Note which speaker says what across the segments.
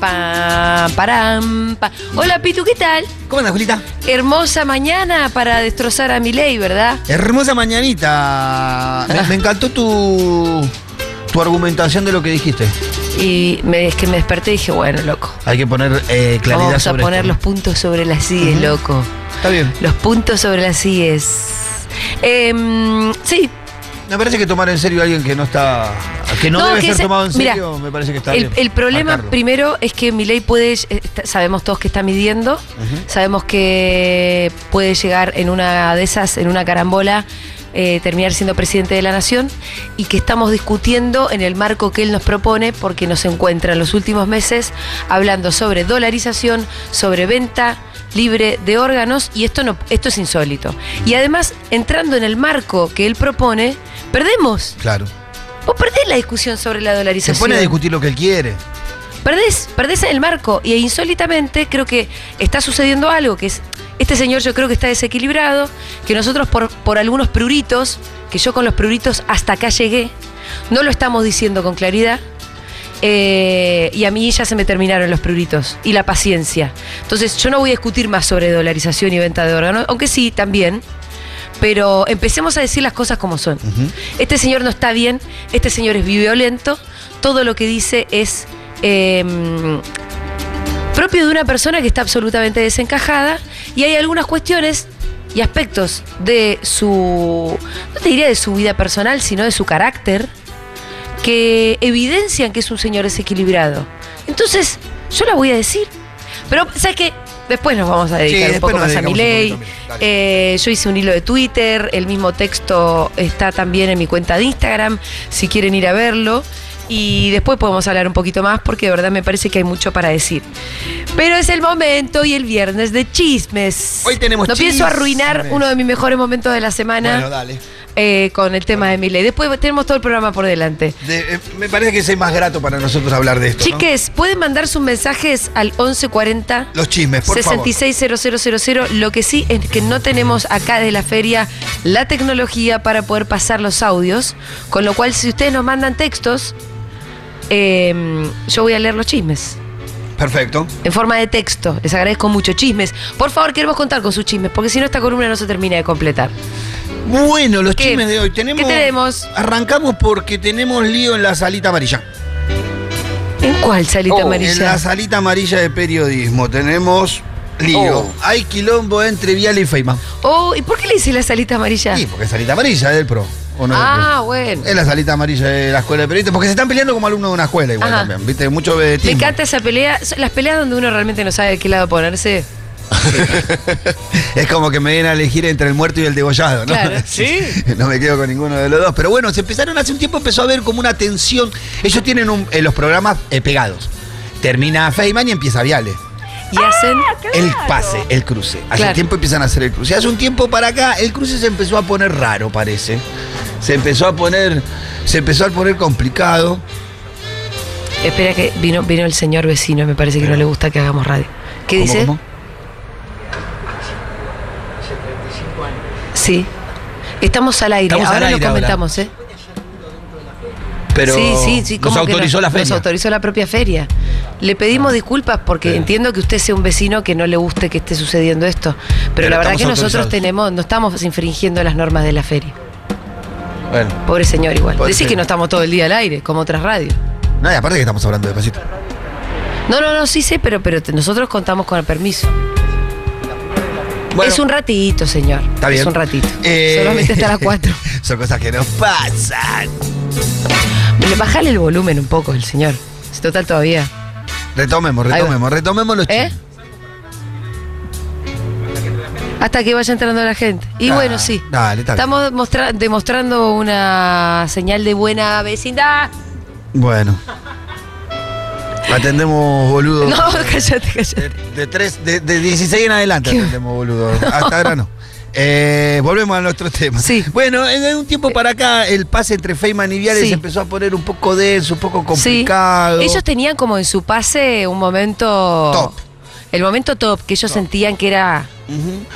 Speaker 1: pam, param, pa. Hola, Pitu, ¿qué tal?
Speaker 2: ¿Cómo andas, Julita?
Speaker 1: Hermosa mañana para destrozar a mi ley, ¿verdad?
Speaker 2: Hermosa mañanita. Me, me encantó tu, tu argumentación de lo que dijiste.
Speaker 1: Y me, es que me desperté y dije, bueno, loco.
Speaker 2: Hay que poner eh, claridad
Speaker 1: vamos a
Speaker 2: sobre
Speaker 1: poner
Speaker 2: esto.
Speaker 1: los puntos sobre las IES, loco.
Speaker 2: Está bien.
Speaker 1: Los puntos sobre las IES. Em, sí,
Speaker 2: Me parece que tomar en serio a alguien que no está. que no,
Speaker 1: No,
Speaker 2: debe
Speaker 1: que
Speaker 2: ser
Speaker 1: ese-
Speaker 2: tomado en
Speaker 1: mirá,
Speaker 2: serio, me parece que está
Speaker 1: el,
Speaker 2: bien.
Speaker 1: el problema
Speaker 2: Marcarlo.
Speaker 1: primero es que mi ley puede, eh, está- sabemos todos que está midiendo, sabemos que puede llegar en una de esas, en una carambola, eh, terminar siendo presidente de la nación y que estamos discutiendo en el marco que él nos propone porque nos encuentra en los últimos meses hablando sobre dolarización, sobre venta libre de órganos y esto no esto es insólito. Y además, entrando en el marco que él propone, perdemos.
Speaker 2: Claro.
Speaker 1: Vos perdés la discusión sobre la
Speaker 2: Se
Speaker 1: dolarización.
Speaker 2: pone a discutir lo que él quiere.
Speaker 1: Perdés, perdés en el marco. Y insólitamente creo que está sucediendo algo, que es, este señor yo creo que está desequilibrado, que nosotros por, por algunos pruritos, que yo con los pruritos hasta acá llegué, no lo estamos diciendo con claridad. eh, y a mí ya se me terminaron los pruritos y la paciencia. Entonces yo no voy a discutir más sobre dolarización y venta de órganos, aunque sí, también. Pero empecemos a decir las cosas como son. Este señor no está bien, este señor es violento, todo lo que dice es eh, propio de una persona que está absolutamente desencajada y hay algunas cuestiones y aspectos de su, no te diría de su vida personal, sino de su carácter, que evidencian que es un señor desequilibrado. Entonces, yo la voy a decir. Pero, ¿sabes qué? Después nos vamos a dedicar un
Speaker 2: después
Speaker 1: poco
Speaker 2: nos
Speaker 1: más a mi
Speaker 2: dedicamos un
Speaker 1: ley.
Speaker 2: poquito, mira,
Speaker 1: yo hice un hilo de Twitter, el mismo texto está también en mi cuenta de Instagram, si quieren ir a verlo. Y después podemos hablar un poquito más porque de verdad me parece que hay mucho para decir. Pero es el momento y el viernes de chismes.
Speaker 2: Hoy tenemos
Speaker 1: No pienso
Speaker 2: chismes.
Speaker 1: arruinar uno de mis mejores momentos de la semana
Speaker 2: Bueno, dale.
Speaker 1: eh, con el tema de mi ley. Después tenemos todo el programa por delante.
Speaker 2: De- eh, me parece que es el más grato para nosotros hablar de esto. ¿no?
Speaker 1: Chiques, pueden mandar sus mensajes al 1140
Speaker 2: Los chismes, por favor.
Speaker 1: 660000. Lo que sí es que no tenemos acá de la feria la tecnología para poder pasar los audios. Con lo cual, si ustedes nos mandan textos, eh, yo voy a leer los chismes.
Speaker 2: Perfecto.
Speaker 1: En forma de texto. Les agradezco mucho. Chismes. Por favor, queremos contar con sus chismes, porque si no, esta columna no se termina de completar.
Speaker 2: Bueno, los
Speaker 1: ¿Qué?
Speaker 2: chismes de hoy. Tenemos,
Speaker 1: ¿Qué tenemos?
Speaker 2: Arrancamos porque tenemos lío en la salita amarilla.
Speaker 1: ¿En cuál salita
Speaker 3: Oh,
Speaker 2: En la
Speaker 1: amarilla?
Speaker 2: salita amarilla de periodismo tenemos lío.
Speaker 3: Oh.
Speaker 2: Hay quilombo entre Vial y Feima.
Speaker 1: Oh, ¿y por qué le dice la salita amarilla?
Speaker 2: Sí, porque es salita amarilla ¿eh, del pro. ¿o no del
Speaker 1: ah,
Speaker 2: pro?
Speaker 1: bueno.
Speaker 2: Es la salita amarilla de la escuela de periodistas, porque se están peleando como alumnos de una escuela igual
Speaker 1: Ajá.
Speaker 2: también, viste, mucho
Speaker 1: Me
Speaker 2: vedetismo.
Speaker 1: encanta esa pelea. Son Las peleas donde uno realmente no sabe de qué lado ponerse.
Speaker 2: Es como que me den a elegir entre el muerto y el degollado, ¿no?
Speaker 1: Claro.
Speaker 3: Sí.
Speaker 2: No me quedo con ninguno de los dos. Pero bueno, se empezaron hace un tiempo, empezó a haber como una tensión. Ellos tienen un- eh, los programas eh, pegados. Termina Feynman y empieza Viale.
Speaker 1: Y hacen.
Speaker 2: El pase, el cruce. Hace
Speaker 1: Claro.
Speaker 2: tiempo empiezan a hacer el cruce. Hace un tiempo para acá, el cruce se empezó a poner raro, parece. Se empezó a poner. Se empezó a poner complicado.
Speaker 1: Eh, Espera que vino, vino el señor vecino, me parece que no le gusta que hagamos radio. ¿Qué
Speaker 2: ¿Cómo,
Speaker 1: dice?
Speaker 2: cómo?
Speaker 1: Sí. Estamos al aire,
Speaker 2: Estamos al
Speaker 1: ahora
Speaker 2: aire
Speaker 1: lo
Speaker 2: ahora.
Speaker 1: comentamos, ¿eh?
Speaker 2: Pero
Speaker 1: sí, sí, sí.
Speaker 2: nos
Speaker 1: ¿cómo que
Speaker 2: autorizó
Speaker 1: no?
Speaker 2: la feria. Ah.
Speaker 1: Nos autorizó la propia feria. Le pedimos disculpas porque
Speaker 2: Sí.
Speaker 1: entiendo que usted sea un vecino que no le guste que esté sucediendo esto. Pero,
Speaker 2: Pero
Speaker 1: la verdad que
Speaker 2: estamos
Speaker 1: nosotros
Speaker 2: autorizados.
Speaker 1: tenemos, no estamos infringiendo las normas de la feria.
Speaker 2: Bueno.
Speaker 1: Pobre señor igual.
Speaker 2: Pobre
Speaker 1: Decir que
Speaker 2: señor.
Speaker 1: no estamos todo el día al aire, como otras radios.
Speaker 2: Nada, aparte que estamos hablando despacito.
Speaker 1: No, no, no, sí sé, pero, pero te- nosotros contamos con el permiso.
Speaker 2: Bueno,
Speaker 1: es un ratito, señor.
Speaker 2: está bien.
Speaker 1: Es un ratito.
Speaker 2: Eh,
Speaker 1: Solamente hasta las 4.
Speaker 2: Son cosas que nos pasan.
Speaker 1: Bajale el volumen un poco el señor. Si Total todavía.
Speaker 2: Retomemos,
Speaker 1: va.
Speaker 2: retomemos, retomemos los
Speaker 1: ¿Eh?
Speaker 2: chismes.
Speaker 1: Hasta que vaya entrando la gente. Y
Speaker 2: Ah,
Speaker 1: bueno, sí.
Speaker 2: dale, está bien.
Speaker 1: Estamos demostra- demostrando una señal de buena vecindad.
Speaker 2: Bueno. Atendemos, boludo.
Speaker 1: No, cállate, cállate.
Speaker 2: De, Eh, de tres, de, de 16 en adelante
Speaker 1: ¿Qué?
Speaker 2: atendemos, boludo. Hasta ahora no. Eh, volvemos a nuestro tema.
Speaker 1: Sí.
Speaker 2: Bueno, en- de un tiempo para acá el pase entre Feynman y Viales
Speaker 1: Sí.
Speaker 2: se empezó a poner un poco denso, un poco
Speaker 1: Sí.
Speaker 2: complicado.
Speaker 1: Ellos tenían como en su pase un momento.
Speaker 2: Top.
Speaker 1: El momento top que ellos sentían que era.
Speaker 2: Ujú.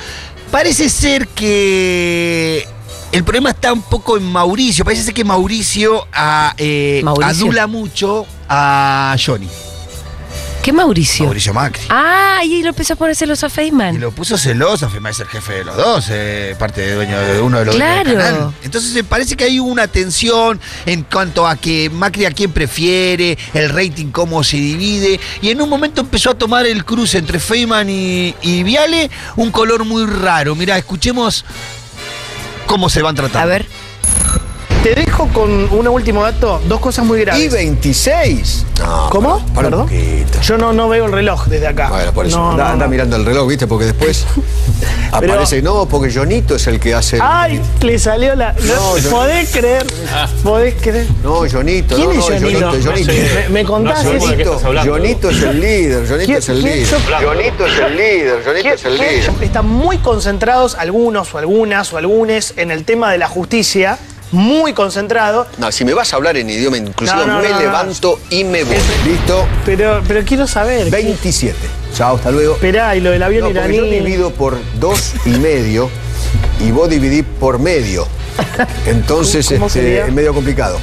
Speaker 2: Parece ser que el problema está un poco en Mauricio. Parece ser que Mauricio, ah, eh,
Speaker 1: Mauricio.
Speaker 2: adula mucho a Johnny.
Speaker 1: ¿Qué Mauricio?
Speaker 2: Mauricio Macri.
Speaker 1: Ah, y lo empezó a poner celoso a
Speaker 2: Y
Speaker 1: Feynman.
Speaker 2: lo puso celoso, Feynman es el jefe de los dos, eh, parte de dueño de uno de los
Speaker 1: Claro.
Speaker 2: dueños del canal. Entonces eh, parece que hay una tensión en cuanto a que Macri a quién prefiere, el rating cómo se divide, y en un momento empezó a tomar el cruce entre Feynman y, y Viale un color muy raro. Mirá, escuchemos cómo se van tratando.
Speaker 1: A ver.
Speaker 3: Te dejo con un último dato, dos cosas muy
Speaker 4: Y
Speaker 3: graves.
Speaker 4: 26. No,
Speaker 3: ¿Cómo?
Speaker 4: Para, para
Speaker 3: ¿Perdón?
Speaker 4: un poquito.
Speaker 3: Yo no, no veo el reloj desde acá.
Speaker 4: Bueno, por eso.
Speaker 3: No,
Speaker 4: anda,
Speaker 3: no,
Speaker 4: anda
Speaker 3: no.
Speaker 4: mirando el reloj, ¿viste? Porque después aparece. No, porque Jonito es el que hace. el-
Speaker 3: Ay, le salió la.
Speaker 4: No, yo-
Speaker 3: podés creer. Podés creer.
Speaker 4: No, Jonito.
Speaker 3: ¿Quién
Speaker 4: no,
Speaker 3: es
Speaker 4: no,
Speaker 3: Jonito?
Speaker 4: Jonito.
Speaker 3: Me, me contás
Speaker 5: No sé,
Speaker 3: eso.
Speaker 5: ¿de qué
Speaker 4: Jonito,
Speaker 5: estás hablando?
Speaker 4: Jonito es el líder, Jonito
Speaker 3: ¿Quién-
Speaker 4: es el
Speaker 3: quién-
Speaker 4: líder.
Speaker 3: yo-
Speaker 4: Jonito es el líder, Jonito
Speaker 3: ¿Quién-
Speaker 4: es el líder.
Speaker 3: quién- Están muy concentrados algunos o algunas o algunes en el tema de la justicia. Muy concentrado.
Speaker 4: No, si me vas a hablar en idioma inclusivo,
Speaker 3: No, no,
Speaker 4: me
Speaker 3: no, no.
Speaker 4: levanto y me voy.
Speaker 3: Es-
Speaker 4: Listo,
Speaker 3: Pero, pero quiero saber.
Speaker 4: 27. Chao, hasta luego.
Speaker 3: Esperá, y lo del avión
Speaker 4: No, porque yo
Speaker 3: iraní.
Speaker 4: divido por dos y medio y vos dividís por medio. Entonces
Speaker 3: ¿Cómo
Speaker 4: este,
Speaker 3: sería?
Speaker 4: es medio complicado.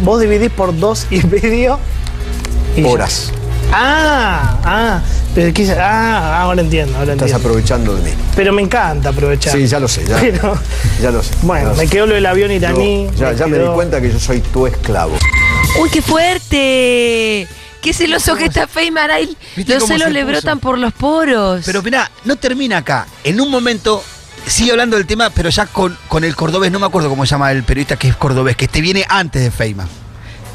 Speaker 3: Vos dividís por dos y medio. y ya.
Speaker 4: Horas.
Speaker 3: Ah, ah, pero quise- ah, ahora entiendo, ahora
Speaker 4: Estás
Speaker 3: entiendo.
Speaker 4: aprovechando de mí.
Speaker 3: Pero me encanta aprovechar.
Speaker 4: Sí, ya lo sé, ya,
Speaker 3: Pero-
Speaker 4: ya lo sé. ya
Speaker 3: Bueno,
Speaker 4: lo
Speaker 3: me
Speaker 4: sé.
Speaker 3: quedó lo del avión iraní.
Speaker 4: Yo- ya ya me di
Speaker 3: quedó-
Speaker 4: cuenta que yo soy tu esclavo.
Speaker 1: ¡Uy, qué fuerte! ¡Qué celoso que está Feynman ahí!
Speaker 2: ¿Viste
Speaker 1: Los
Speaker 2: cómo
Speaker 1: celos
Speaker 2: se
Speaker 1: le
Speaker 2: puso?
Speaker 1: brotan por los poros.
Speaker 2: Pero mirá, no termina acá. En un momento sigue hablando del tema, pero ya con, con el cordobés, no me acuerdo cómo se llama el periodista que es cordobés, que este viene antes de Feynman.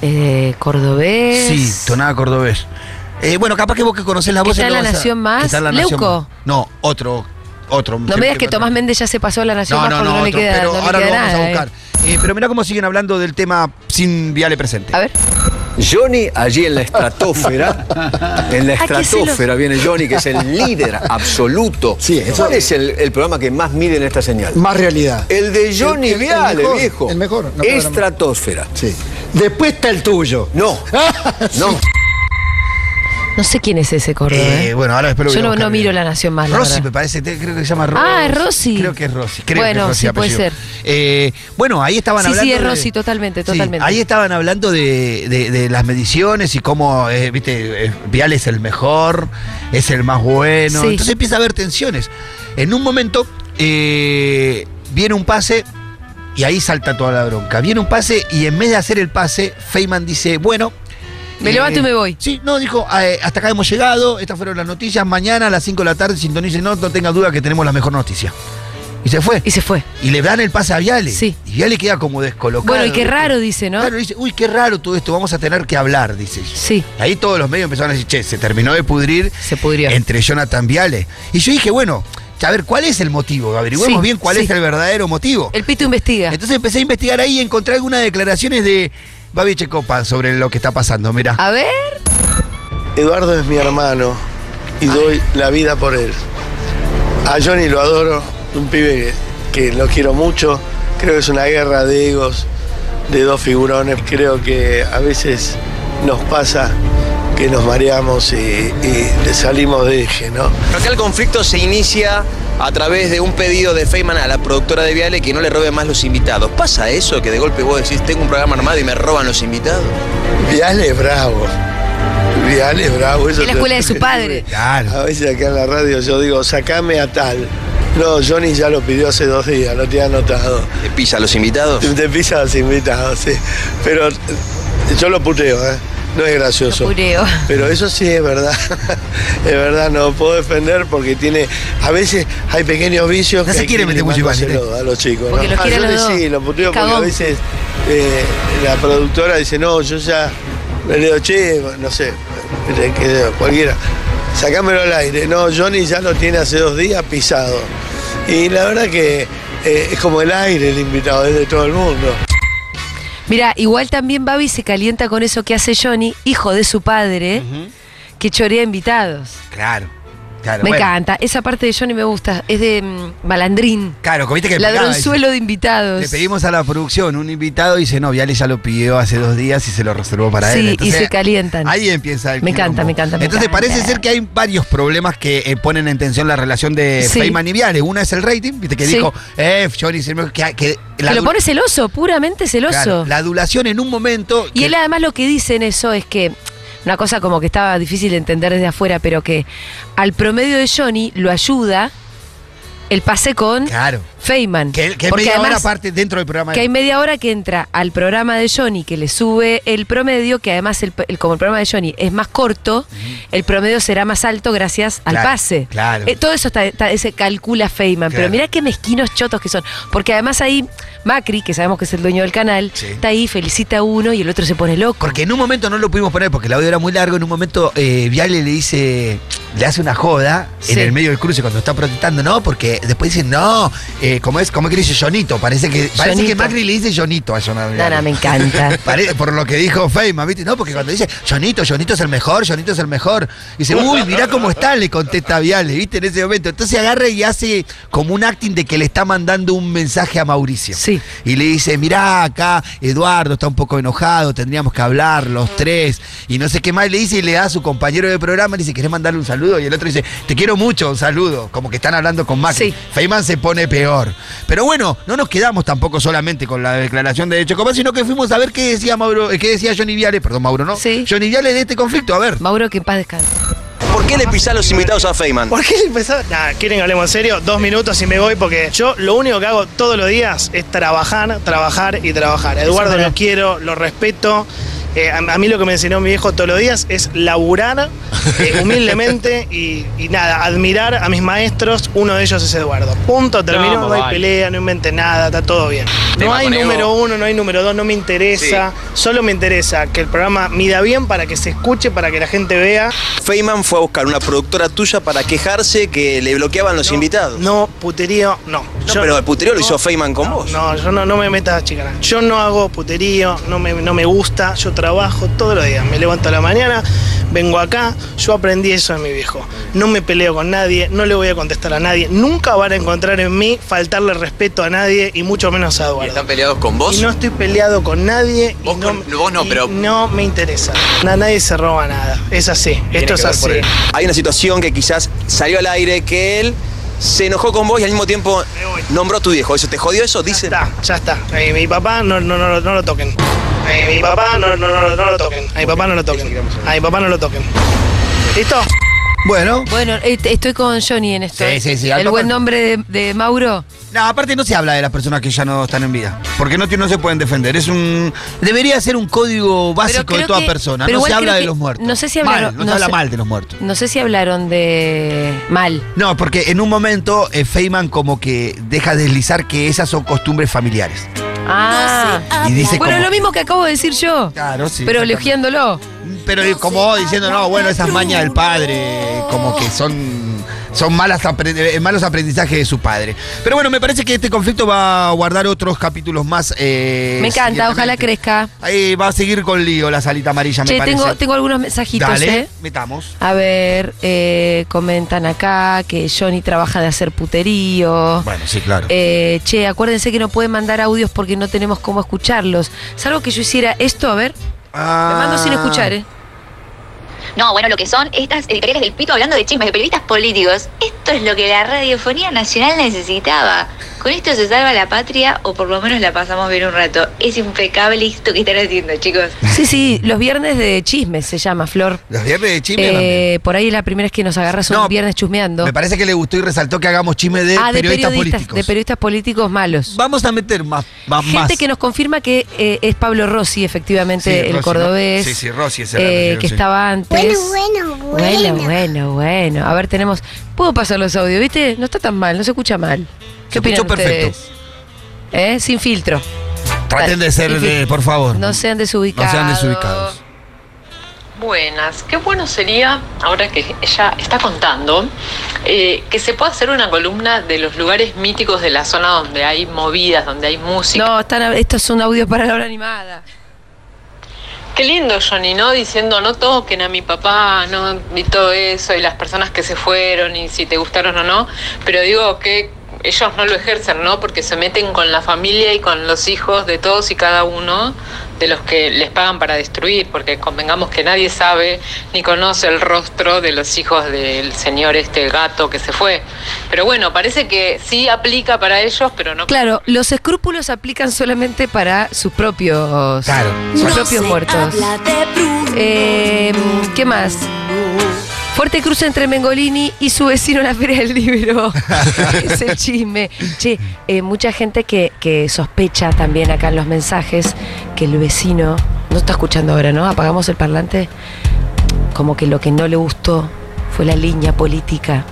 Speaker 1: Eh, cordobés.
Speaker 2: Sí, tonada cordobés. Eh, bueno, capaz que vos que conocés la
Speaker 1: ¿Que
Speaker 2: voz...
Speaker 1: está
Speaker 2: y
Speaker 1: en
Speaker 2: lo
Speaker 1: La
Speaker 2: vas a-
Speaker 1: Nación Más?
Speaker 2: que está en La Nación
Speaker 1: ¿Leuco?
Speaker 2: Más. No, otro, otro.
Speaker 1: No me digas que Tomás Méndez ya se pasó a la nación más porque no, le
Speaker 2: otro,
Speaker 1: queda, no
Speaker 2: pero
Speaker 1: le
Speaker 2: ahora
Speaker 1: queda
Speaker 2: lo vamos
Speaker 1: nada,
Speaker 2: a buscar.
Speaker 1: eh.
Speaker 2: Eh, pero mirá cómo siguen hablando del tema sin Viale presente.
Speaker 1: A ver.
Speaker 4: Johnny allí en la estratosfera, en la
Speaker 1: Ah, qué
Speaker 4: estratosfera viene Johnny, que es el líder absoluto.
Speaker 6: Sí, eso-
Speaker 4: ¿Cuál es el, el programa que más mide en esta señal?
Speaker 6: Más realidad.
Speaker 4: El de Johnny
Speaker 6: El- el- el
Speaker 4: Viale,
Speaker 6: mejor,
Speaker 4: viejo.
Speaker 6: el mejor, no podrá-
Speaker 4: Estratosfera.
Speaker 6: Sí. Después está el tuyo.
Speaker 4: No, no.
Speaker 1: No sé quién es ese cordobés.
Speaker 2: Eh, bueno, ahora después lo voy
Speaker 1: Yo
Speaker 2: a
Speaker 1: no,
Speaker 2: buscar
Speaker 1: no
Speaker 2: bien.
Speaker 1: miro La Nación más, la
Speaker 2: Rossi
Speaker 1: verdad.
Speaker 2: me parece, te- creo que se llama Rossi.
Speaker 1: Ah, es Rossi.
Speaker 2: Creo que es Rossi, creo
Speaker 1: Bueno,
Speaker 2: que es Rossi
Speaker 1: sí, puede
Speaker 2: apellido.
Speaker 1: ser.
Speaker 2: Eh, bueno, ahí estaban
Speaker 1: Sí, sí,
Speaker 2: hablando.
Speaker 1: es
Speaker 2: de-
Speaker 1: Rossi, totalmente,
Speaker 2: Sí,
Speaker 1: totalmente.
Speaker 2: ahí estaban hablando de, de- de las mediciones y cómo, eh, viste, eh, Vial es el mejor, es el más bueno.
Speaker 1: Sí.
Speaker 2: Entonces empieza a haber tensiones. En un momento eh, viene un pase y ahí salta toda la bronca. Viene un pase y en vez de hacer el pase, Feynman dice, bueno. eh,
Speaker 1: Me levanto y me voy.
Speaker 2: Sí, no, dijo, eh, hasta acá hemos llegado, estas fueron las noticias, mañana a las 5 de la tarde sintonicen, no, no tenga duda que tenemos la mejor noticia. Y se fue.
Speaker 1: Y se fue.
Speaker 2: Y le dan el pase a Viale.
Speaker 1: Sí.
Speaker 2: Y Viale queda como descolocado.
Speaker 1: Bueno, y qué
Speaker 2: ¿viste?
Speaker 1: raro, dice, ¿no?
Speaker 2: Claro, dice, uy, qué raro todo esto, vamos a tener que hablar, dice.
Speaker 1: Sí.
Speaker 2: Ahí todos los medios empezaron a decir, che, se terminó de pudrir
Speaker 1: Se pudrió.
Speaker 2: entre Jonathan Viale. Y yo dije, bueno, a ver, ¿cuál es el motivo? Averigüemos
Speaker 1: Sí,
Speaker 2: bien cuál
Speaker 1: sí.
Speaker 2: es el verdadero motivo.
Speaker 1: El pito investiga.
Speaker 2: Entonces empecé a investigar ahí y encontré algunas declaraciones de Babi Checopan sobre lo que está pasando, mira.
Speaker 1: A ver.
Speaker 7: Eduardo es mi hermano y doy la vida por él. A Johnny lo adoro, un pibe que, que lo quiero mucho. Creo que es una guerra de egos, de dos figurones. Creo que a veces nos pasa que nos mareamos y, y le salimos de eje, ¿no?
Speaker 8: Acá el conflicto se inicia a través de un pedido de Feynman a la productora de Viale que no le robe más los invitados. ¿Pasa eso? Que de golpe vos decís, tengo un programa armado y me roban los invitados.
Speaker 7: Vial es bravo. Vial es bravo. Eso
Speaker 1: Es la
Speaker 7: te lo
Speaker 1: escuela de
Speaker 7: tengo
Speaker 1: su
Speaker 7: que
Speaker 1: padre.
Speaker 2: Claro.
Speaker 7: A veces acá en la radio yo digo, sacame a tal. No, Johnny ya lo pidió hace dos días, lo tiene anotado.
Speaker 8: ¿Le pisa a los invitados?
Speaker 7: Te, te pisa a los invitados, sí. Pero eh, yo lo puteo, ¿eh? No es gracioso.
Speaker 1: Pureo.
Speaker 7: Pero eso sí es verdad. es verdad, no puedo defender porque tiene. A veces hay pequeños vicios.
Speaker 2: No
Speaker 7: que
Speaker 2: se
Speaker 7: hay
Speaker 2: quiere
Speaker 7: que
Speaker 2: meter
Speaker 7: ir
Speaker 2: mucho igual,
Speaker 7: limándoselo A los chicos.
Speaker 1: Porque
Speaker 7: ¿no?
Speaker 1: los
Speaker 7: Ah,
Speaker 1: quiere
Speaker 7: yo
Speaker 1: a los
Speaker 7: le-
Speaker 1: dos.
Speaker 7: Sí, lo puteo porque
Speaker 1: Cagón.
Speaker 7: a veces eh, la productora dice, no, yo ya. Le digo, che, no sé, le- que- cualquiera. Sacámelo al aire. No, Johnny ya lo tiene hace dos días pisado. Y la verdad que eh, es como el aire el invitado, es de todo el mundo.
Speaker 1: Mira, igual también Babi se calienta con eso que hace Johnny, hijo de su padre, que chorea invitados.
Speaker 2: Claro. claro
Speaker 1: me
Speaker 2: bueno.
Speaker 1: encanta. Esa parte de Johnny me gusta. Es de mm, malandrín.
Speaker 2: Claro, comiste que picaba,
Speaker 1: Ladronzuelo de
Speaker 2: dice.
Speaker 1: invitados.
Speaker 2: Le pedimos a la producción un invitado y dice, no, Viale ya lo pidió hace dos días y se lo reservó para
Speaker 1: Sí,
Speaker 2: él.
Speaker 1: y se calientan.
Speaker 2: Ahí empieza el
Speaker 1: Me encanta,
Speaker 2: quilombo.
Speaker 1: me encanta, me
Speaker 2: Entonces
Speaker 1: encanta.
Speaker 2: parece ser que hay varios problemas que eh, ponen en tensión la relación de
Speaker 1: Sí.
Speaker 2: Feynman y Viale. Una es el rating, viste que
Speaker 1: Sí.
Speaker 2: dijo, eh, Johnny, es el mejor", que, que
Speaker 1: Que lo
Speaker 2: adu-
Speaker 1: pone celoso, puramente celoso.
Speaker 2: claro, la adulación en un momento...
Speaker 1: Y
Speaker 2: que-
Speaker 1: él además lo que dice en eso es que una cosa como que estaba difícil de entender desde afuera, pero que al promedio de Johnny lo ayuda el pase con
Speaker 2: Claro.
Speaker 1: Feynman.
Speaker 2: Que, que es
Speaker 1: Porque
Speaker 2: media hora
Speaker 1: además-
Speaker 2: aparte dentro del programa.
Speaker 1: que hay media hora que entra al programa de Johnny, que le sube el promedio, que además, el, el- como el programa de Johnny es más corto, el promedio será más alto gracias al
Speaker 2: Claro,
Speaker 1: pase.
Speaker 2: claro.
Speaker 1: Eh, todo eso está, está- se calcula Feynman, pero
Speaker 2: Claro.
Speaker 1: mirá qué mezquinos chotos que son. Porque además ahí Macri, que sabemos que es el dueño del canal,
Speaker 2: Sí.
Speaker 1: está ahí, felicita a uno y el otro se pone loco.
Speaker 2: Porque en un momento no lo pudimos poner porque el audio era muy largo. En un momento eh, Viale le dice, le hace una joda
Speaker 1: Sí.
Speaker 2: en el medio del cruce cuando está protestando, ¿no? Porque después dicen, no, eh, ¿cómo es? ¿Cómo es que le dice Jonito? Parece que, parece
Speaker 1: Jonito.
Speaker 2: que Macri le dice Jonito a Jonathan
Speaker 1: No,
Speaker 2: Viale.
Speaker 1: no, me encanta.
Speaker 2: Pare- por lo que dijo Feynman, ¿viste? No, porque cuando dice, Jonito, Jonito es el mejor, Jonito es el mejor. Dice, uy, mirá cómo está, le contesta Viale, ¿viste? En ese momento. Entonces agarra y hace como un acting de que le está mandando un mensaje a Mauricio.
Speaker 1: Sí.
Speaker 2: Y le dice, mirá, acá Eduardo está un poco enojado, tendríamos que hablar
Speaker 1: Mm.
Speaker 2: los tres. Y no sé qué más le dice y le da a su compañero de programa, le dice, ¿querés mandarle un saludo? Y el otro dice, te quiero mucho, un saludo. Como que están hablando con Macri.
Speaker 1: Sí.
Speaker 2: Feynman se pone peor. Pero bueno, no nos quedamos tampoco solamente con la declaración de Chocopaz, sino que fuimos a ver qué decía Mauro, eh, qué decía Johnny Viale, perdón Mauro, ¿no?
Speaker 1: Sí.
Speaker 2: Johnny Viale de este conflicto, a ver.
Speaker 1: Mauro, que en paz descanse.
Speaker 8: ¿Por qué le pisás los invitados a Feynman?
Speaker 3: ¿Por qué le empezó? Nah, ¿quieren que hablemos en serio? Dos minutos y me voy porque yo lo único que hago todos los días es trabajar, trabajar y trabajar. A Eduardo lo quiero, lo respeto. Eh, a, a mí lo que me enseñó mi viejo todos los días es laburar eh, humildemente y, y nada, admirar a mis maestros. Uno de ellos es Eduardo. Punto, termino, no, hay pelea, no invente nada, está todo bien. No
Speaker 8: Tema
Speaker 3: hay
Speaker 8: con Evo.
Speaker 3: número uno, no hay número dos, no me interesa. Solo me interesa que el programa mida bien para que se escuche, para que la gente vea.
Speaker 8: Feynman fue a buscar una productora tuya para quejarse que le bloqueaban los invitados.
Speaker 3: No, puterío, no.
Speaker 8: No, pero el puterío lo hizo Feynman con vos.
Speaker 3: No, yo no, no me metas a chicanar. Yo no hago puterío, no me, no me gusta, yo trabajo todos los días. Me levanto a la mañana, vengo acá, yo aprendí eso de mi viejo. No me peleo con nadie, no le voy a contestar a nadie. Nunca van a encontrar en mí faltarle respeto a nadie y mucho menos a
Speaker 5: ¿Y
Speaker 3: Eduardo.
Speaker 5: están peleados con vos?
Speaker 3: Y no estoy peleado con nadie. y
Speaker 5: Vos
Speaker 3: no,
Speaker 5: con- vos no,
Speaker 3: y
Speaker 5: pero-
Speaker 3: No me interesa. Na- nadie se roba nada. Es así. Esto es
Speaker 5: que ver
Speaker 3: así.
Speaker 5: por él.
Speaker 8: Hay una situación que quizás salió al aire que él se enojó con vos y al mismo tiempo
Speaker 3: Me voy.
Speaker 8: nombró a tu viejo. ¿Eso te jodió eso?
Speaker 3: Ya
Speaker 8: Dice.
Speaker 3: está, ya está. Eh, mi papá no, no, no, no lo toquen. Eh, mi papá no, no, no, no lo toquen. A mi papá no lo toquen. A mi papá no lo toquen. ¿Listo?
Speaker 2: Bueno.
Speaker 1: Bueno, eh, te- estoy con Johnny en esto.
Speaker 2: Sí,
Speaker 1: eh.
Speaker 2: sí, sí, al
Speaker 1: El buen
Speaker 2: tocar-
Speaker 1: nombre de, de Mauro.
Speaker 2: No, aparte no se habla de las personas que ya no están en vida, porque no, ti- no se pueden defender. Es un debería ser un
Speaker 1: Pero
Speaker 2: código básico de
Speaker 1: creo
Speaker 2: toda
Speaker 1: que-
Speaker 2: persona.
Speaker 1: pero
Speaker 2: No
Speaker 1: igual
Speaker 2: se habla
Speaker 1: creo
Speaker 2: de
Speaker 1: que-
Speaker 2: los muertos.
Speaker 1: no sé si
Speaker 2: Mal,
Speaker 1: hablaron-
Speaker 2: no, se
Speaker 1: no
Speaker 2: habla
Speaker 1: sé-
Speaker 2: mal de los muertos.
Speaker 1: No sé si hablaron de mal.
Speaker 2: No, porque en un momento eh, Feynman como que deja deslizar que esas son costumbres familiares.
Speaker 1: Ah.
Speaker 2: Y dice
Speaker 1: bueno,
Speaker 2: como-
Speaker 1: lo mismo que acabo de decir yo.
Speaker 2: Claro, sí,
Speaker 1: Pero
Speaker 2: exactamente.
Speaker 1: elogiándolo.
Speaker 2: Pero eh, como diciendo, no, bueno, esas mañas del padre, como que son, son malas apre- eh, malos aprendizajes de su padre. Pero bueno, me parece que este conflicto va a guardar otros capítulos más. eh,
Speaker 1: Me encanta, ojalá
Speaker 2: siguientemente.
Speaker 1: crezca.
Speaker 2: Ahí va a seguir con lío la salita amarilla, me
Speaker 1: Che,
Speaker 2: parece.
Speaker 1: tengo, tengo algunos mensajitos,
Speaker 2: Dale,
Speaker 1: ¿eh?
Speaker 2: metamos.
Speaker 1: A ver, eh, comentan acá que Johnny trabaja de hacer puterío.
Speaker 2: Bueno, sí, claro.
Speaker 1: Oh. Eh, che, acuérdense que no pueden mandar audios porque no tenemos cómo escucharlos. Salvo que yo hiciera esto, a ver.
Speaker 2: Ah.
Speaker 1: Me mando sin escuchar, ¿eh?
Speaker 9: No, bueno, lo que son estas editoriales del pito hablando de chismes de periodistas políticos. Esto es lo que la radiofonía nacional necesitaba. Con esto se salva la patria o por lo menos la pasamos bien un rato. Es impecable esto que están haciendo, chicos.
Speaker 1: Sí, sí, los viernes de chismes se llama, Flor.
Speaker 2: Los viernes de chisme también.
Speaker 1: Eh, por ahí la primera es que nos agarras
Speaker 2: No,
Speaker 1: un viernes chusmeando.
Speaker 2: Me parece que le gustó y resaltó que hagamos chisme de
Speaker 1: ah, de
Speaker 2: periodistas
Speaker 1: periodistas,
Speaker 2: políticos.
Speaker 1: de periodistas políticos malos.
Speaker 2: Vamos a meter más. más
Speaker 1: Gente
Speaker 2: Ah, más.
Speaker 1: que nos confirma que eh, es Pablo Rossi, efectivamente,
Speaker 2: Sí,
Speaker 1: el
Speaker 2: Rossi, ¿no?
Speaker 1: cordobés.
Speaker 2: Sí, sí, Rossi es el
Speaker 1: eh,
Speaker 2: argentino,
Speaker 1: Que
Speaker 2: sí.
Speaker 1: estaba antes.
Speaker 10: Bueno, bueno,
Speaker 1: Bueno,
Speaker 10: bueno.
Speaker 1: bueno, bueno. A ver, tenemos. Puedo pasar los audios, ¿viste? No está tan mal, no se escucha mal. ¿Qué
Speaker 2: Se escuchó
Speaker 1: opinan
Speaker 2: perfecto.
Speaker 1: ustedes? ¿Eh? Sin filtro.
Speaker 2: Traten de ser,
Speaker 1: En fin,
Speaker 2: de- por favor.
Speaker 1: No sean
Speaker 2: No
Speaker 1: desubicados.
Speaker 2: sean desubicados.
Speaker 10: Buenas, qué bueno sería, ahora que ella está contando, eh, que se pueda hacer una columna de los lugares míticos de la zona donde hay movidas, donde hay música.
Speaker 1: No, están, esto es un audio para la hora animada.
Speaker 10: Qué lindo Johnny, ¿no? Diciendo no toquen a mi papá, no, y todo eso, y las personas que se fueron, y si te gustaron o no. Pero digo, qué, ellos no lo ejercen, ¿no? Porque se meten con la familia y con los hijos de todos y cada uno de los que les pagan para destruir, porque convengamos que nadie sabe ni conoce el rostro de los hijos del señor este gato que se fue. Pero bueno, parece que sí aplica para ellos, pero no
Speaker 1: Claro, los escrúpulos aplican solamente para sus propios,
Speaker 2: Claro.
Speaker 1: sus
Speaker 5: No
Speaker 1: propios
Speaker 5: se
Speaker 1: muertos.
Speaker 5: habla de Bruno.
Speaker 1: Eh, ¿Qué más? Fuerte cruce entre Mengolini y su vecino en la Feria del Libro. Ese chisme. Che, eh, mucha gente que, que sospecha también acá en los mensajes que el vecino. No está escuchando ahora, ¿no? Apagamos el parlante. Como que lo que no le gustó fue la línea política.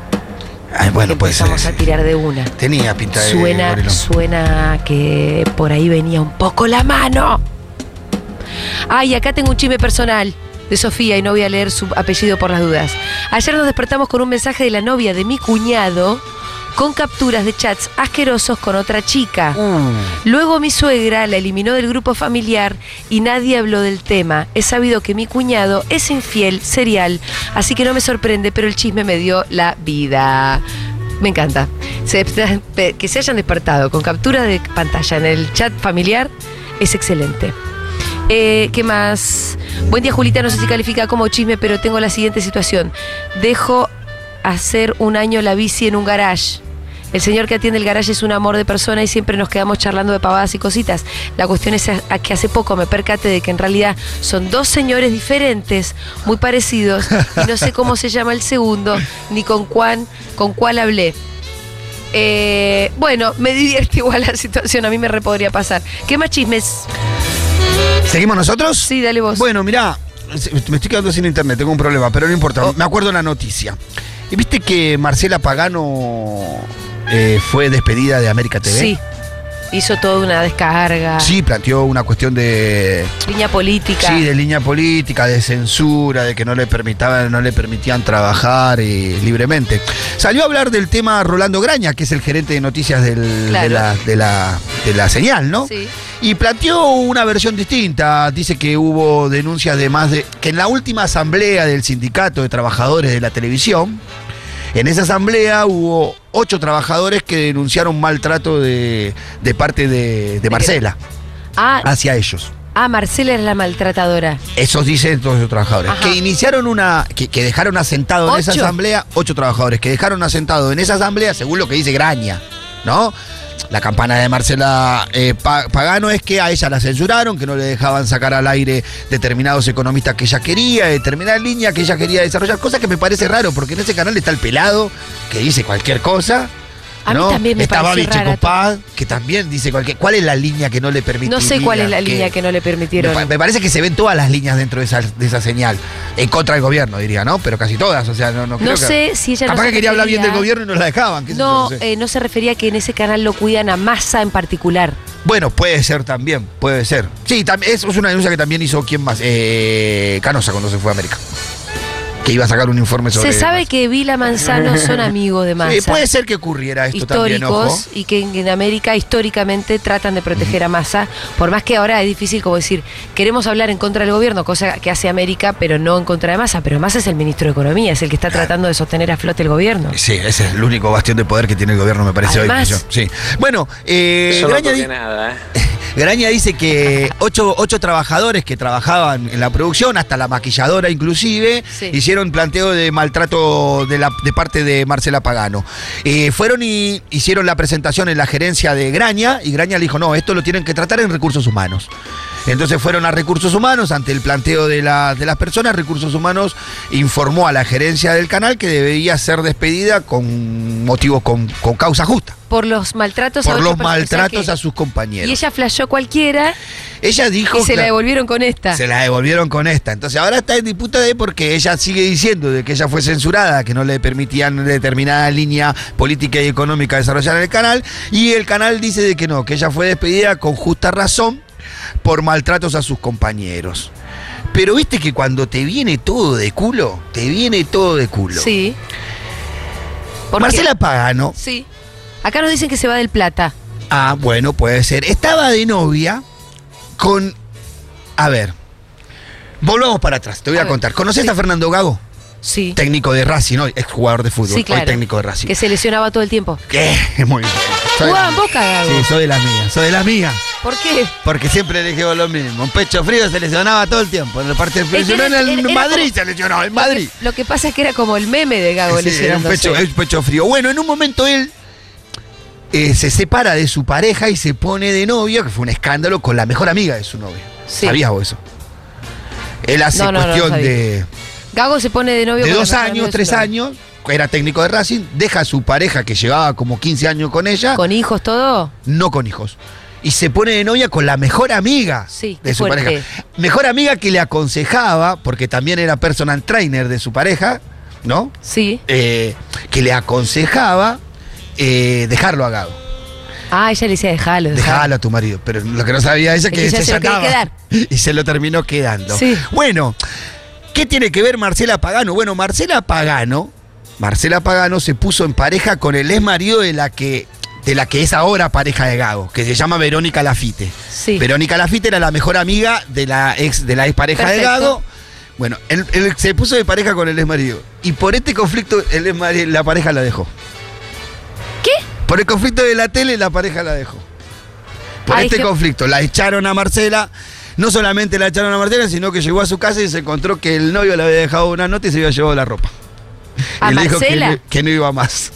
Speaker 2: Ay, Eh, bueno, puede ser.
Speaker 1: Empezamos a
Speaker 2: sí.
Speaker 1: tirar de una.
Speaker 2: Tenía pinta de.
Speaker 1: Suena,
Speaker 2: gorilón.
Speaker 1: suena que por ahí venía un poco la mano. Ay, acá tengo un chisme personal de Sofía y no voy a leer su apellido por las dudas. Ayer nos despertamos con un mensaje de la novia de mi cuñado con capturas de chats asquerosos con otra chica. Luego mi suegra la eliminó del grupo familiar y nadie habló del tema. He sabido que mi cuñado es infiel, serial, así que no me sorprende, pero el chisme me dio la vida. Me encanta. Se- que se hayan despertado con captura de pantalla en el chat familiar es excelente. Eh, ¿Qué más? Buen día, Julita. No sé si califica como chisme, pero tengo la siguiente situación. Dejo hacer un año la bici en un garage. El señor que atiende el garage es un amor de persona y siempre nos quedamos charlando de pavadas y cositas. La cuestión es a- a que hace poco me percate de que en realidad son dos señores diferentes, muy parecidos, y no sé cómo se llama el segundo, ni con cuán, con cuál hablé. Eh, bueno, me divierte igual la situación, a mí me re podría pasar. ¿Qué más chismes?
Speaker 2: ¿Seguimos nosotros?
Speaker 1: Sí, dale vos.
Speaker 2: Bueno, mirá, se- me estoy quedando sin internet, tengo un problema, pero no importa. Me acuerdo la noticia. ¿Y viste que Marcela Pagano eh, fue despedida de América TV?
Speaker 1: Sí. Hizo toda una descarga,
Speaker 2: Sí, planteó una cuestión de.
Speaker 1: línea política.
Speaker 2: Sí, de línea política, de censura, de que no le permitaban, no le permitían trabajar eh, libremente. Salió a hablar del tema Rolando Graña, que es el gerente de noticias del-
Speaker 1: Claro.
Speaker 2: de, la, de la- de la señal, ¿no?
Speaker 1: Sí.
Speaker 2: Y planteó una versión distinta. Dice que hubo denuncias de más de. que en la última asamblea del sindicato de trabajadores de la televisión. En esa asamblea hubo ocho trabajadores que denunciaron maltrato de, de parte de, de Marcela
Speaker 1: Ah,
Speaker 2: hacia ellos.
Speaker 1: ah, Marcela es la maltratadora.
Speaker 2: Esos dicen todos los trabajadores.
Speaker 1: Ajá.
Speaker 2: Que iniciaron una. Que, que dejaron asentado en esa
Speaker 1: ¿Ocho?
Speaker 2: asamblea, ocho trabajadores, que dejaron asentado en esa asamblea, según lo que dice Graña, ¿no? La campana de Marcela eh, Pa- Pagano es que a ella la censuraron, que no le dejaban sacar al aire determinados economistas que ella quería, determinadas líneas que ella quería desarrollar, cosa que me parece raro, porque en ese canal está el pelado, que dice cualquier cosa.
Speaker 1: A mí
Speaker 2: ¿no?
Speaker 1: también me
Speaker 2: está
Speaker 1: parece
Speaker 2: Babi
Speaker 1: rara.
Speaker 2: Checopad, que también dice cualquier. ¿Cuál es la línea que no le permitió?
Speaker 1: No sé cuál es la línea que no le permitieron.
Speaker 2: Me, pa- me parece que se ven todas las líneas dentro de esa, de esa señal. En contra del gobierno, diría, ¿no? Pero casi todas. O sea, no, no, creo
Speaker 1: No
Speaker 2: que-
Speaker 1: sé si ella no
Speaker 2: Capaz
Speaker 1: se
Speaker 2: que quería hablar bien del
Speaker 1: refería-
Speaker 2: gobierno y no la dejaban. qué sé yo,
Speaker 1: No,
Speaker 2: sé.
Speaker 1: eh, no se refería a que en ese canal lo cuidan a masa en particular.
Speaker 2: Bueno, puede ser también, puede ser. Sí, tam- es, es una denuncia que también hizo quién más. Eh, Canosa cuando se fue a América. Que iba a sacar un informe sobre.
Speaker 1: Se sabe que Vila Manzano son amigos de Massa.
Speaker 2: Eh, puede ser que ocurriera esto también, ojo.
Speaker 1: históricos y que en, en América históricamente tratan de proteger a Massa, por más que ahora es difícil como decir, queremos hablar en contra del gobierno, cosa que hace América, pero no en contra de Massa, pero Massa es el ministro de Economía, es el que está tratando de sostener a flote el gobierno.
Speaker 2: Sí, ese es el único bastión de poder que tiene el gobierno, me parece
Speaker 1: Además-
Speaker 2: hoy. yo- Sí. Bueno, eh,
Speaker 8: Yo no
Speaker 2: Graña di-
Speaker 8: toqué nada, ¿eh?
Speaker 2: Graña dice que ocho, ocho trabajadores que trabajaban en la producción, hasta la maquilladora inclusive,
Speaker 1: Sí.
Speaker 2: hicieron planteo de maltrato de, la, de parte de Marcela Pagano. Eh, fueron y hicieron la presentación en la gerencia de Graña y Graña le dijo, no, esto lo tienen que tratar en recursos humanos. Entonces fueron a recursos humanos ante el planteo de, la- de las personas. Recursos humanos informó a la gerencia del canal que debía ser despedida con motivos, con, con causa justa,
Speaker 1: Por los maltratos a
Speaker 2: por
Speaker 1: ocho
Speaker 2: los
Speaker 1: personas, o sea
Speaker 2: maltratos
Speaker 1: que-
Speaker 2: a sus compañeros.
Speaker 1: Y ella flashó cualquiera
Speaker 2: Ella dijo
Speaker 1: y se la
Speaker 2: claro,
Speaker 1: devolvieron con esta.
Speaker 2: se la devolvieron con esta. Entonces ahora está en disputa de porque ella sigue diciendo de que ella fue censurada, que no le permitían determinada línea política y económica desarrollar en el canal. Y el canal dice de que no, que ella fue despedida con justa razón por maltratos a sus compañeros. Pero viste que cuando te viene todo de culo, te viene todo de culo.
Speaker 1: Sí. ¿Por qué?
Speaker 2: Marcela Pagano,
Speaker 1: Sí. Acá nos dicen que se va del plata.
Speaker 2: ah, bueno, puede ser, estaba de novia con... A ver, volvamos para atrás, te voy
Speaker 1: A
Speaker 2: a,
Speaker 1: ver.
Speaker 2: contar. ¿Conoces a Fernando Gago?
Speaker 1: Sí.
Speaker 2: técnico de Racing, ¿no? Ex jugador de fútbol,
Speaker 1: Sí, claro.
Speaker 2: hoy técnico de Racing.
Speaker 1: Que se lesionaba todo el tiempo.
Speaker 2: ¿Qué? Muy bien. Soy-
Speaker 1: Jugaba en Boca, Gago.
Speaker 2: Sí, soy de las mías, soy de las mías.
Speaker 1: ¿Por qué?
Speaker 2: Porque siempre le digo lo mismo. Un pecho frío se lesionaba todo el tiempo. En el parte
Speaker 1: que
Speaker 2: lesionó en
Speaker 1: era-
Speaker 2: el
Speaker 1: era- era
Speaker 2: Madrid,
Speaker 1: como-
Speaker 2: se lesionó, en Madrid.
Speaker 1: Lo que pasa es que era como el meme de Gago
Speaker 2: Sí, era un
Speaker 1: lesionándose.
Speaker 2: pecho, un pecho frío. Bueno, en un momento él eh, se separa de su pareja y se pone de novio, que fue un escándalo, con la mejor amiga de su novio.
Speaker 1: Sí.
Speaker 2: ¿Sabías vos eso? Él hace
Speaker 1: No, no, no lo
Speaker 2: cuestión
Speaker 1: sabía.
Speaker 2: de,
Speaker 1: Gago se pone de novio
Speaker 2: de
Speaker 1: con la
Speaker 2: dos
Speaker 1: mejor amiga
Speaker 2: años,
Speaker 1: de su
Speaker 2: tres
Speaker 1: novia.
Speaker 2: años, era técnico de Racing, deja a su pareja que llevaba como 15 años con ella,
Speaker 1: ¿Con hijos todo?
Speaker 2: no con hijos. Y se pone de novia con la mejor amiga
Speaker 1: Sí,
Speaker 2: de
Speaker 1: qué
Speaker 2: su
Speaker 1: fuerte.
Speaker 2: pareja. Mejor amiga que le aconsejaba, porque también era personal trainer de su pareja, ¿no?
Speaker 1: Sí.
Speaker 2: eh, que le aconsejaba eh, dejarlo a Gago.
Speaker 1: Ah, ella le decía, dejalo, dejalo.
Speaker 2: Dejalo a tu marido. Pero lo que no sabía ella es que
Speaker 1: Es que ya
Speaker 2: se
Speaker 1: se lo quería
Speaker 2: llamaba. Y se lo terminó quedando.
Speaker 1: Sí.
Speaker 2: Bueno, ¿qué tiene que ver Marcela Pagano? Bueno, Marcela Pagano, Marcela Pagano se puso en pareja con el ex marido de la que de la que es ahora pareja de Gago, que se llama Verónica Lafite.
Speaker 1: Sí.
Speaker 2: Verónica Lafite era la mejor amiga de la ex de la ex pareja
Speaker 1: Perfecto.
Speaker 2: de Gago. Bueno, él, él se puso de pareja con el ex marido y por este conflicto el ex mari- la pareja la dejó.
Speaker 1: ¿Qué?
Speaker 2: Por el conflicto de la tele, la pareja la dejó. Por
Speaker 1: Ay,
Speaker 2: este
Speaker 1: qué-
Speaker 2: conflicto, la echaron a Marcela. No solamente la echaron a Marcela, sino que llegó a su casa y se encontró que el novio le había dejado una nota y se había llevado la ropa.
Speaker 1: ¿A
Speaker 2: y le dijo que
Speaker 1: Marcela?
Speaker 2: no- que no iba más.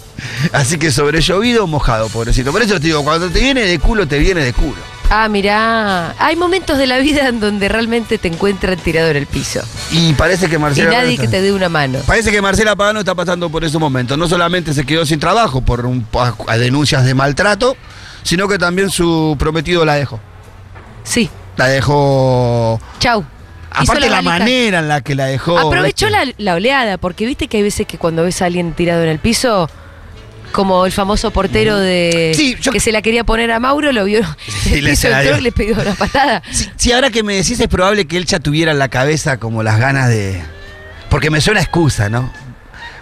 Speaker 2: Así que sobre llovido, mojado, pobrecito. Por eso te digo, cuando te viene de culo, te viene de culo.
Speaker 1: Ah, mirá. Hay momentos de la vida en donde realmente te encuentran tirado en el piso.
Speaker 2: Y parece que
Speaker 1: Y
Speaker 2: Marcela.
Speaker 1: nadie que te dé una mano.
Speaker 2: Parece que Marcela Pagano está pasando por esos momentos. No solamente se quedó sin trabajo por un- a- a denuncias de maltrato, sino que también su prometido la dejó.
Speaker 1: Sí.
Speaker 2: La dejó.
Speaker 1: Chau. Hizo
Speaker 2: Aparte la,
Speaker 1: valija.
Speaker 2: manera en la que la dejó.
Speaker 1: Aprovechó
Speaker 2: ¿viste?
Speaker 1: la, la oleada, porque viste que hay veces que cuando ves a alguien tirado en el piso, como el famoso portero de
Speaker 2: Mm. Sí, yo-
Speaker 1: que se la quería poner a Mauro, lo vio en
Speaker 2: Sí,
Speaker 1: el
Speaker 2: le
Speaker 1: piso,
Speaker 2: se la
Speaker 1: entró
Speaker 2: dio.
Speaker 1: y le pidió una patada.
Speaker 2: Sí, sí, ahora que me decís es probable que él ya tuviera en la cabeza como las ganas de... Porque me suena excusa, ¿no?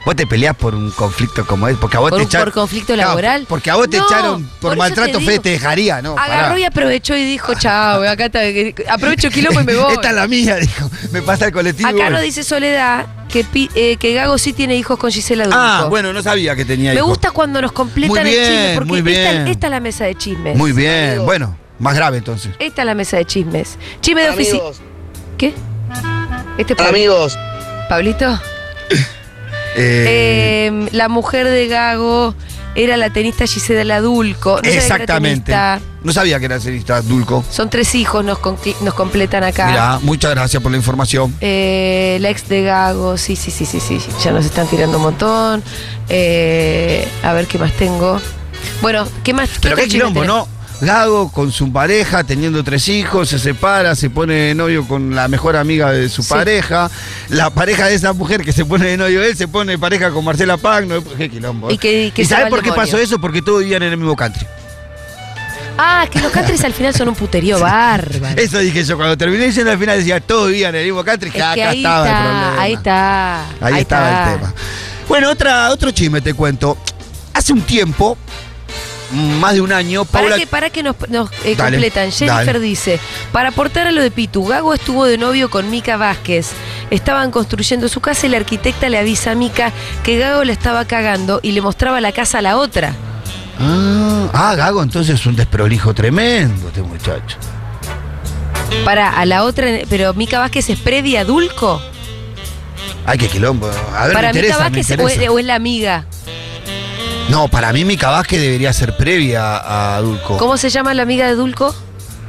Speaker 2: Vos te peleás por un conflicto como este, porque a vos
Speaker 1: Por
Speaker 2: te
Speaker 1: un-
Speaker 2: echaron...
Speaker 1: por conflicto
Speaker 2: Claro,
Speaker 1: laboral.
Speaker 2: porque a vos te
Speaker 1: No,
Speaker 2: echaron
Speaker 1: por
Speaker 2: por,
Speaker 1: eso te
Speaker 2: maltrato,
Speaker 1: digo.
Speaker 2: Fede te dejaría, ¿no? pará.
Speaker 1: Agarró y aprovechó y dijo, chao, acá está, aprovecho quilombo y pues me voy.
Speaker 2: Esta es la mía, dijo. Me pasa el colectivo.
Speaker 1: Acá nos
Speaker 2: voy.
Speaker 1: dice Soledad que, pi- eh, que Gago sí tiene hijos con Gisela Duco.
Speaker 2: Ah, bueno, no sabía que tenía
Speaker 1: Me
Speaker 2: hijos.
Speaker 1: gusta cuando nos completan
Speaker 2: Muy
Speaker 1: el chisme,
Speaker 2: bien,
Speaker 1: porque
Speaker 2: muy bien.
Speaker 1: Esta, esta es la mesa de chismes.
Speaker 2: Muy bien, bueno, más grave entonces.
Speaker 1: Esta es la mesa de chismes. Chisme de oficina.
Speaker 3: Amigos,
Speaker 1: ¿Qué? Este es
Speaker 3: amigos,
Speaker 1: Pablito.
Speaker 2: Eh,
Speaker 1: Eh, la mujer de Gago era la tenista Gisela Dulco. No sabía que era
Speaker 2: exactamente.
Speaker 1: tenista.
Speaker 2: No sabía que era cenista, Dulco.
Speaker 1: Son tres hijos, nos, conqui- nos completan acá.
Speaker 2: Mirá, muchas gracias por la información.
Speaker 1: Eh, la ex de Gago, sí, sí, sí, sí, sí, ya nos están tirando un montón. Eh, a ver qué más tengo. Bueno, ¿qué más?
Speaker 2: Pero
Speaker 1: otro
Speaker 2: qué
Speaker 1: chisme
Speaker 2: quilombo,
Speaker 1: tenés?
Speaker 2: ¿no? Gago con su pareja, teniendo tres hijos, se separa, se pone de novio con la mejor amiga de su
Speaker 1: Sí.
Speaker 2: pareja. La pareja de esa mujer que se pone de novio él se pone de pareja con Marcela Pagno. Qué quilombo.
Speaker 1: Y que- y que se va
Speaker 2: sabes
Speaker 1: al
Speaker 2: por qué
Speaker 1: demonio.
Speaker 2: pasó eso? Porque todos vivían en el mismo country.
Speaker 1: Ah, que los catres al final son un puterío bárbaro.
Speaker 2: Eso dije yo. Cuando terminé diciendo al final decía, todos vivían en el mismo country.
Speaker 1: Es
Speaker 2: acá
Speaker 1: que ahí
Speaker 2: estaba el
Speaker 1: está,
Speaker 2: problema.
Speaker 1: ahí está.
Speaker 2: Ahí, estaba
Speaker 1: está.
Speaker 2: el tema. Bueno, otra, otro chisme te cuento. Hace un tiempo, más de un año,
Speaker 1: Para
Speaker 2: Paula.
Speaker 1: que, para que nos, nos, eh,
Speaker 2: Dale,
Speaker 1: completan, Jennifer
Speaker 2: dale.
Speaker 1: dice, para aportar a lo de Pitu, Gago estuvo de novio con Mica Vázquez. Estaban construyendo su casa y la arquitecta le avisa a Mica que Gago la estaba cagando y le mostraba la casa a la otra.
Speaker 2: Ah, ah, Gago, entonces es un desprolijo tremendo este muchacho.
Speaker 1: Para a la otra, pero Mica Vázquez es previa a Dulco.
Speaker 2: Ay, qué quilombo. A ver,
Speaker 1: para
Speaker 2: me
Speaker 1: Mica
Speaker 2: interesa, me
Speaker 1: Vázquez o eh,
Speaker 2: interesa.
Speaker 1: es, o es la amiga.
Speaker 2: No, para mí Mica Vázquez debería ser previa a Dulco.
Speaker 1: ¿Cómo se llama la amiga de Dulco?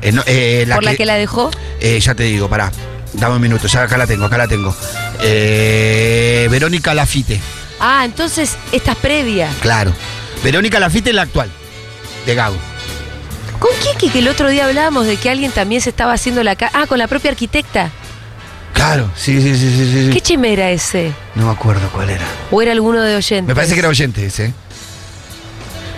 Speaker 2: Eh, no, eh, Oh. la
Speaker 1: por la
Speaker 2: que-
Speaker 1: que la dejó.
Speaker 2: eh, ya te digo, pará. Dame un minuto, ya acá la tengo, acá la tengo. Eh, Verónica Lafite,
Speaker 1: Ah, entonces esta es previa.
Speaker 2: claro. Verónica Lafite es la actual, de Gago.
Speaker 1: ¿Con quién que, que el otro día hablábamos de que alguien también se estaba haciendo la casa? Ah, con la propia arquitecta.
Speaker 2: Claro, sí, sí, sí, sí, sí.
Speaker 1: ¿Qué chimera ese?
Speaker 2: No me acuerdo cuál era.
Speaker 1: ¿O era alguno de oyentes?
Speaker 2: Me parece que era oyente ese. ¿eh?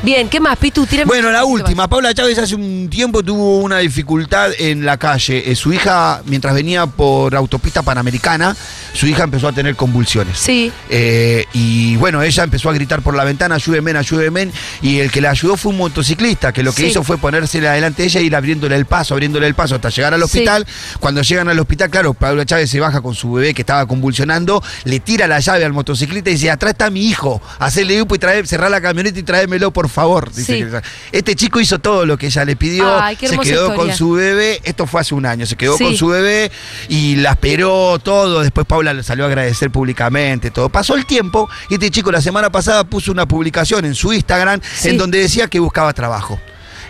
Speaker 1: Bien, ¿qué más, Pitu? Tírame-
Speaker 2: Bueno, la última. Paula Chávez hace un tiempo tuvo una dificultad en la calle. Eh, su hija, mientras venía por autopista panamericana, su hija empezó a tener convulsiones.
Speaker 1: Sí.
Speaker 2: Eh, y bueno, ella empezó a gritar por la ventana, ayúdenme, ayúdenme. Y el que la ayudó fue un motociclista, que lo que
Speaker 1: Sí.
Speaker 2: hizo fue ponérsela adelante de ella y ir abriéndole el paso, abriéndole el paso hasta llegar al
Speaker 1: Sí.
Speaker 2: hospital. Cuando llegan al hospital, claro, Paula Chávez se baja con su bebé que estaba convulsionando, le tira la llave al motociclista y dice, atrás está mi hijo, hacele grupo y trae, cerrá la camioneta y tráemelo, por favor. Dice
Speaker 1: Sí.
Speaker 2: que- este chico hizo todo lo que ella le pidió,
Speaker 1: Ay, qué
Speaker 2: se
Speaker 1: hermosa
Speaker 2: quedó con
Speaker 1: historia.
Speaker 2: su bebé, esto fue hace un año, se quedó
Speaker 1: Sí.
Speaker 2: con su bebé y la esperó todo, después Paula le salió a agradecer públicamente, todo. Pasó el tiempo y este chico la semana pasada puso una publicación en su Instagram
Speaker 1: Sí.
Speaker 2: en donde decía que buscaba trabajo.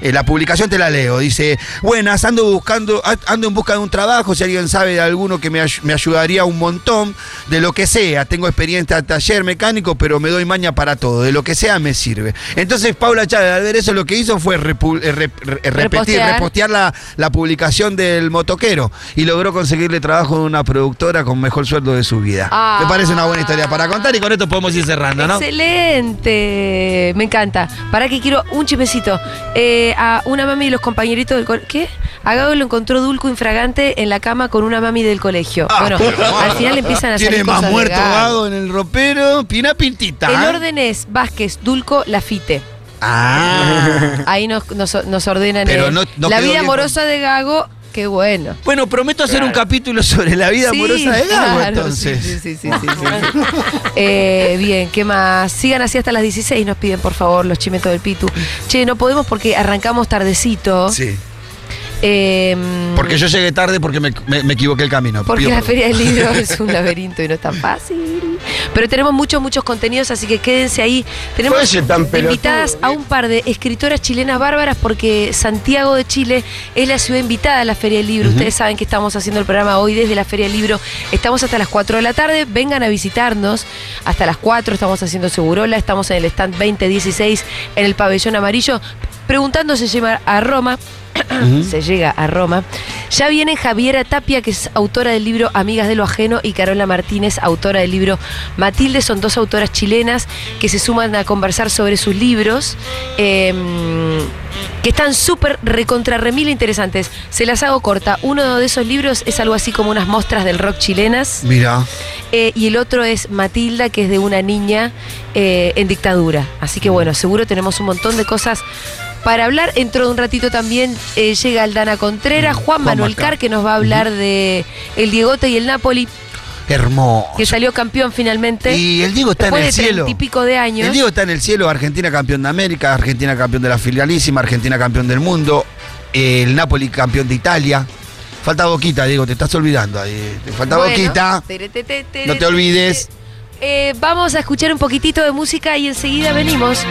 Speaker 2: Eh, la publicación te la leo, dice, buenas, ando buscando, a- ando en busca de un trabajo, si alguien sabe de alguno que me, ay- me ayudaría un montón, de lo que sea, tengo experiencia de taller mecánico, pero me doy maña para todo, de lo que sea me sirve. Entonces Paula Chávez, al ver eso, lo que hizo fue repu- eh, rep- re- eh, repetir,
Speaker 1: Repostear.
Speaker 2: repostear la, la publicación del motoquero y logró conseguirle trabajo en una productora con mejor sueldo de su vida.
Speaker 1: Ah.
Speaker 2: Me parece una buena historia para contar y con esto podemos ir cerrando, Ah, ¿no?
Speaker 1: Excelente, me encanta. Para que quiero un chipecito. Eh, a una mami y los compañeritos del colegio. ¿Qué? A Gago lo encontró dulco infragante en la cama con una mami del colegio.
Speaker 2: Ah,
Speaker 1: bueno,
Speaker 2: pero-
Speaker 1: al final empiezan a salir
Speaker 2: Tiene más
Speaker 1: cosas de
Speaker 2: muerto
Speaker 1: Gago.
Speaker 2: vago en el ropero. Pina pintita. ¿eh?
Speaker 1: El orden es Vázquez, Dulco, Lafite.
Speaker 2: Ah.
Speaker 1: Ahí nos, nos- nos ordenan
Speaker 2: Pero
Speaker 1: el-
Speaker 2: no- no
Speaker 1: la
Speaker 2: quedó
Speaker 1: vida
Speaker 2: bien
Speaker 1: amorosa de Gago. Qué bueno.
Speaker 2: Bueno, prometo hacer un capítulo sobre la vida
Speaker 1: Sí,
Speaker 2: amorosa de Gago,
Speaker 1: claro,
Speaker 2: pues, entonces.
Speaker 1: sí, sí, sí, sí, sí, sí. Eh, bien, ¿qué más? Sigan así hasta las 16, nos piden por favor los chimentos del Pitu. Che, no podemos porque arrancamos tardecito.
Speaker 2: Sí.
Speaker 1: Eh,
Speaker 2: Porque yo llegué tarde porque me, me- me equivoqué el camino.
Speaker 1: porque
Speaker 2: Pido
Speaker 1: la
Speaker 2: perdón.
Speaker 1: Feria del Libro es un laberinto y no es tan fácil. Pero tenemos muchos, muchos contenidos, así que quédense ahí. Tenemos
Speaker 7: Oye, tan pelotudo,
Speaker 1: invitadas a un par de escritoras chilenas bárbaras porque Santiago de Chile es la ciudad invitada a la Feria del Libro. Ustedes saben que estamos haciendo el programa hoy desde la Feria del Libro. Estamos hasta las 4 de la tarde. Vengan a visitarnos. Hasta las 4 estamos haciendo Segurola. Estamos en el stand 2016 en el pabellón amarillo. Preguntando si llega a Roma. Se llega a Roma. Ya viene Javiera Tapia, que es autora del libro Amigas de lo Ajeno, y Carola Martínez, autora del libro Matilde. Son dos autoras chilenas que se suman a conversar sobre sus libros, eh, que están súper recontra remil interesantes. Se las hago corta. Uno de esos libros es algo así como unas mostras del rock chilenas,
Speaker 2: Mira.
Speaker 1: eh, y el otro es Matilda, que es de una niña eh, en dictadura. Así que bueno, seguro tenemos un montón de cosas para hablar. Dentro de un ratito también eh, llega Aldana
Speaker 2: Mm,
Speaker 1: Contreras, Juan, Manuel
Speaker 2: Macar.
Speaker 1: Car, que nos va a hablar de el Diegote y el Napoli,
Speaker 2: Hermoso.
Speaker 1: que salió campeón finalmente.
Speaker 2: Y el Diego está en
Speaker 1: después
Speaker 2: el
Speaker 1: de
Speaker 2: cielo.
Speaker 1: 30 y pico de años.
Speaker 2: El Diego está en el cielo, Argentina campeón de América, Argentina campeón de la filialísima, Argentina campeón del mundo, eh, el Napoli campeón de Italia. Falta Boquita, Diego, te estás olvidando. ahí. Te falta
Speaker 1: Bueno,
Speaker 2: Boquita.
Speaker 1: tere, te, te, tere,
Speaker 2: No te olvides.
Speaker 1: Eh, vamos a escuchar un poquitito de música y enseguida venimos.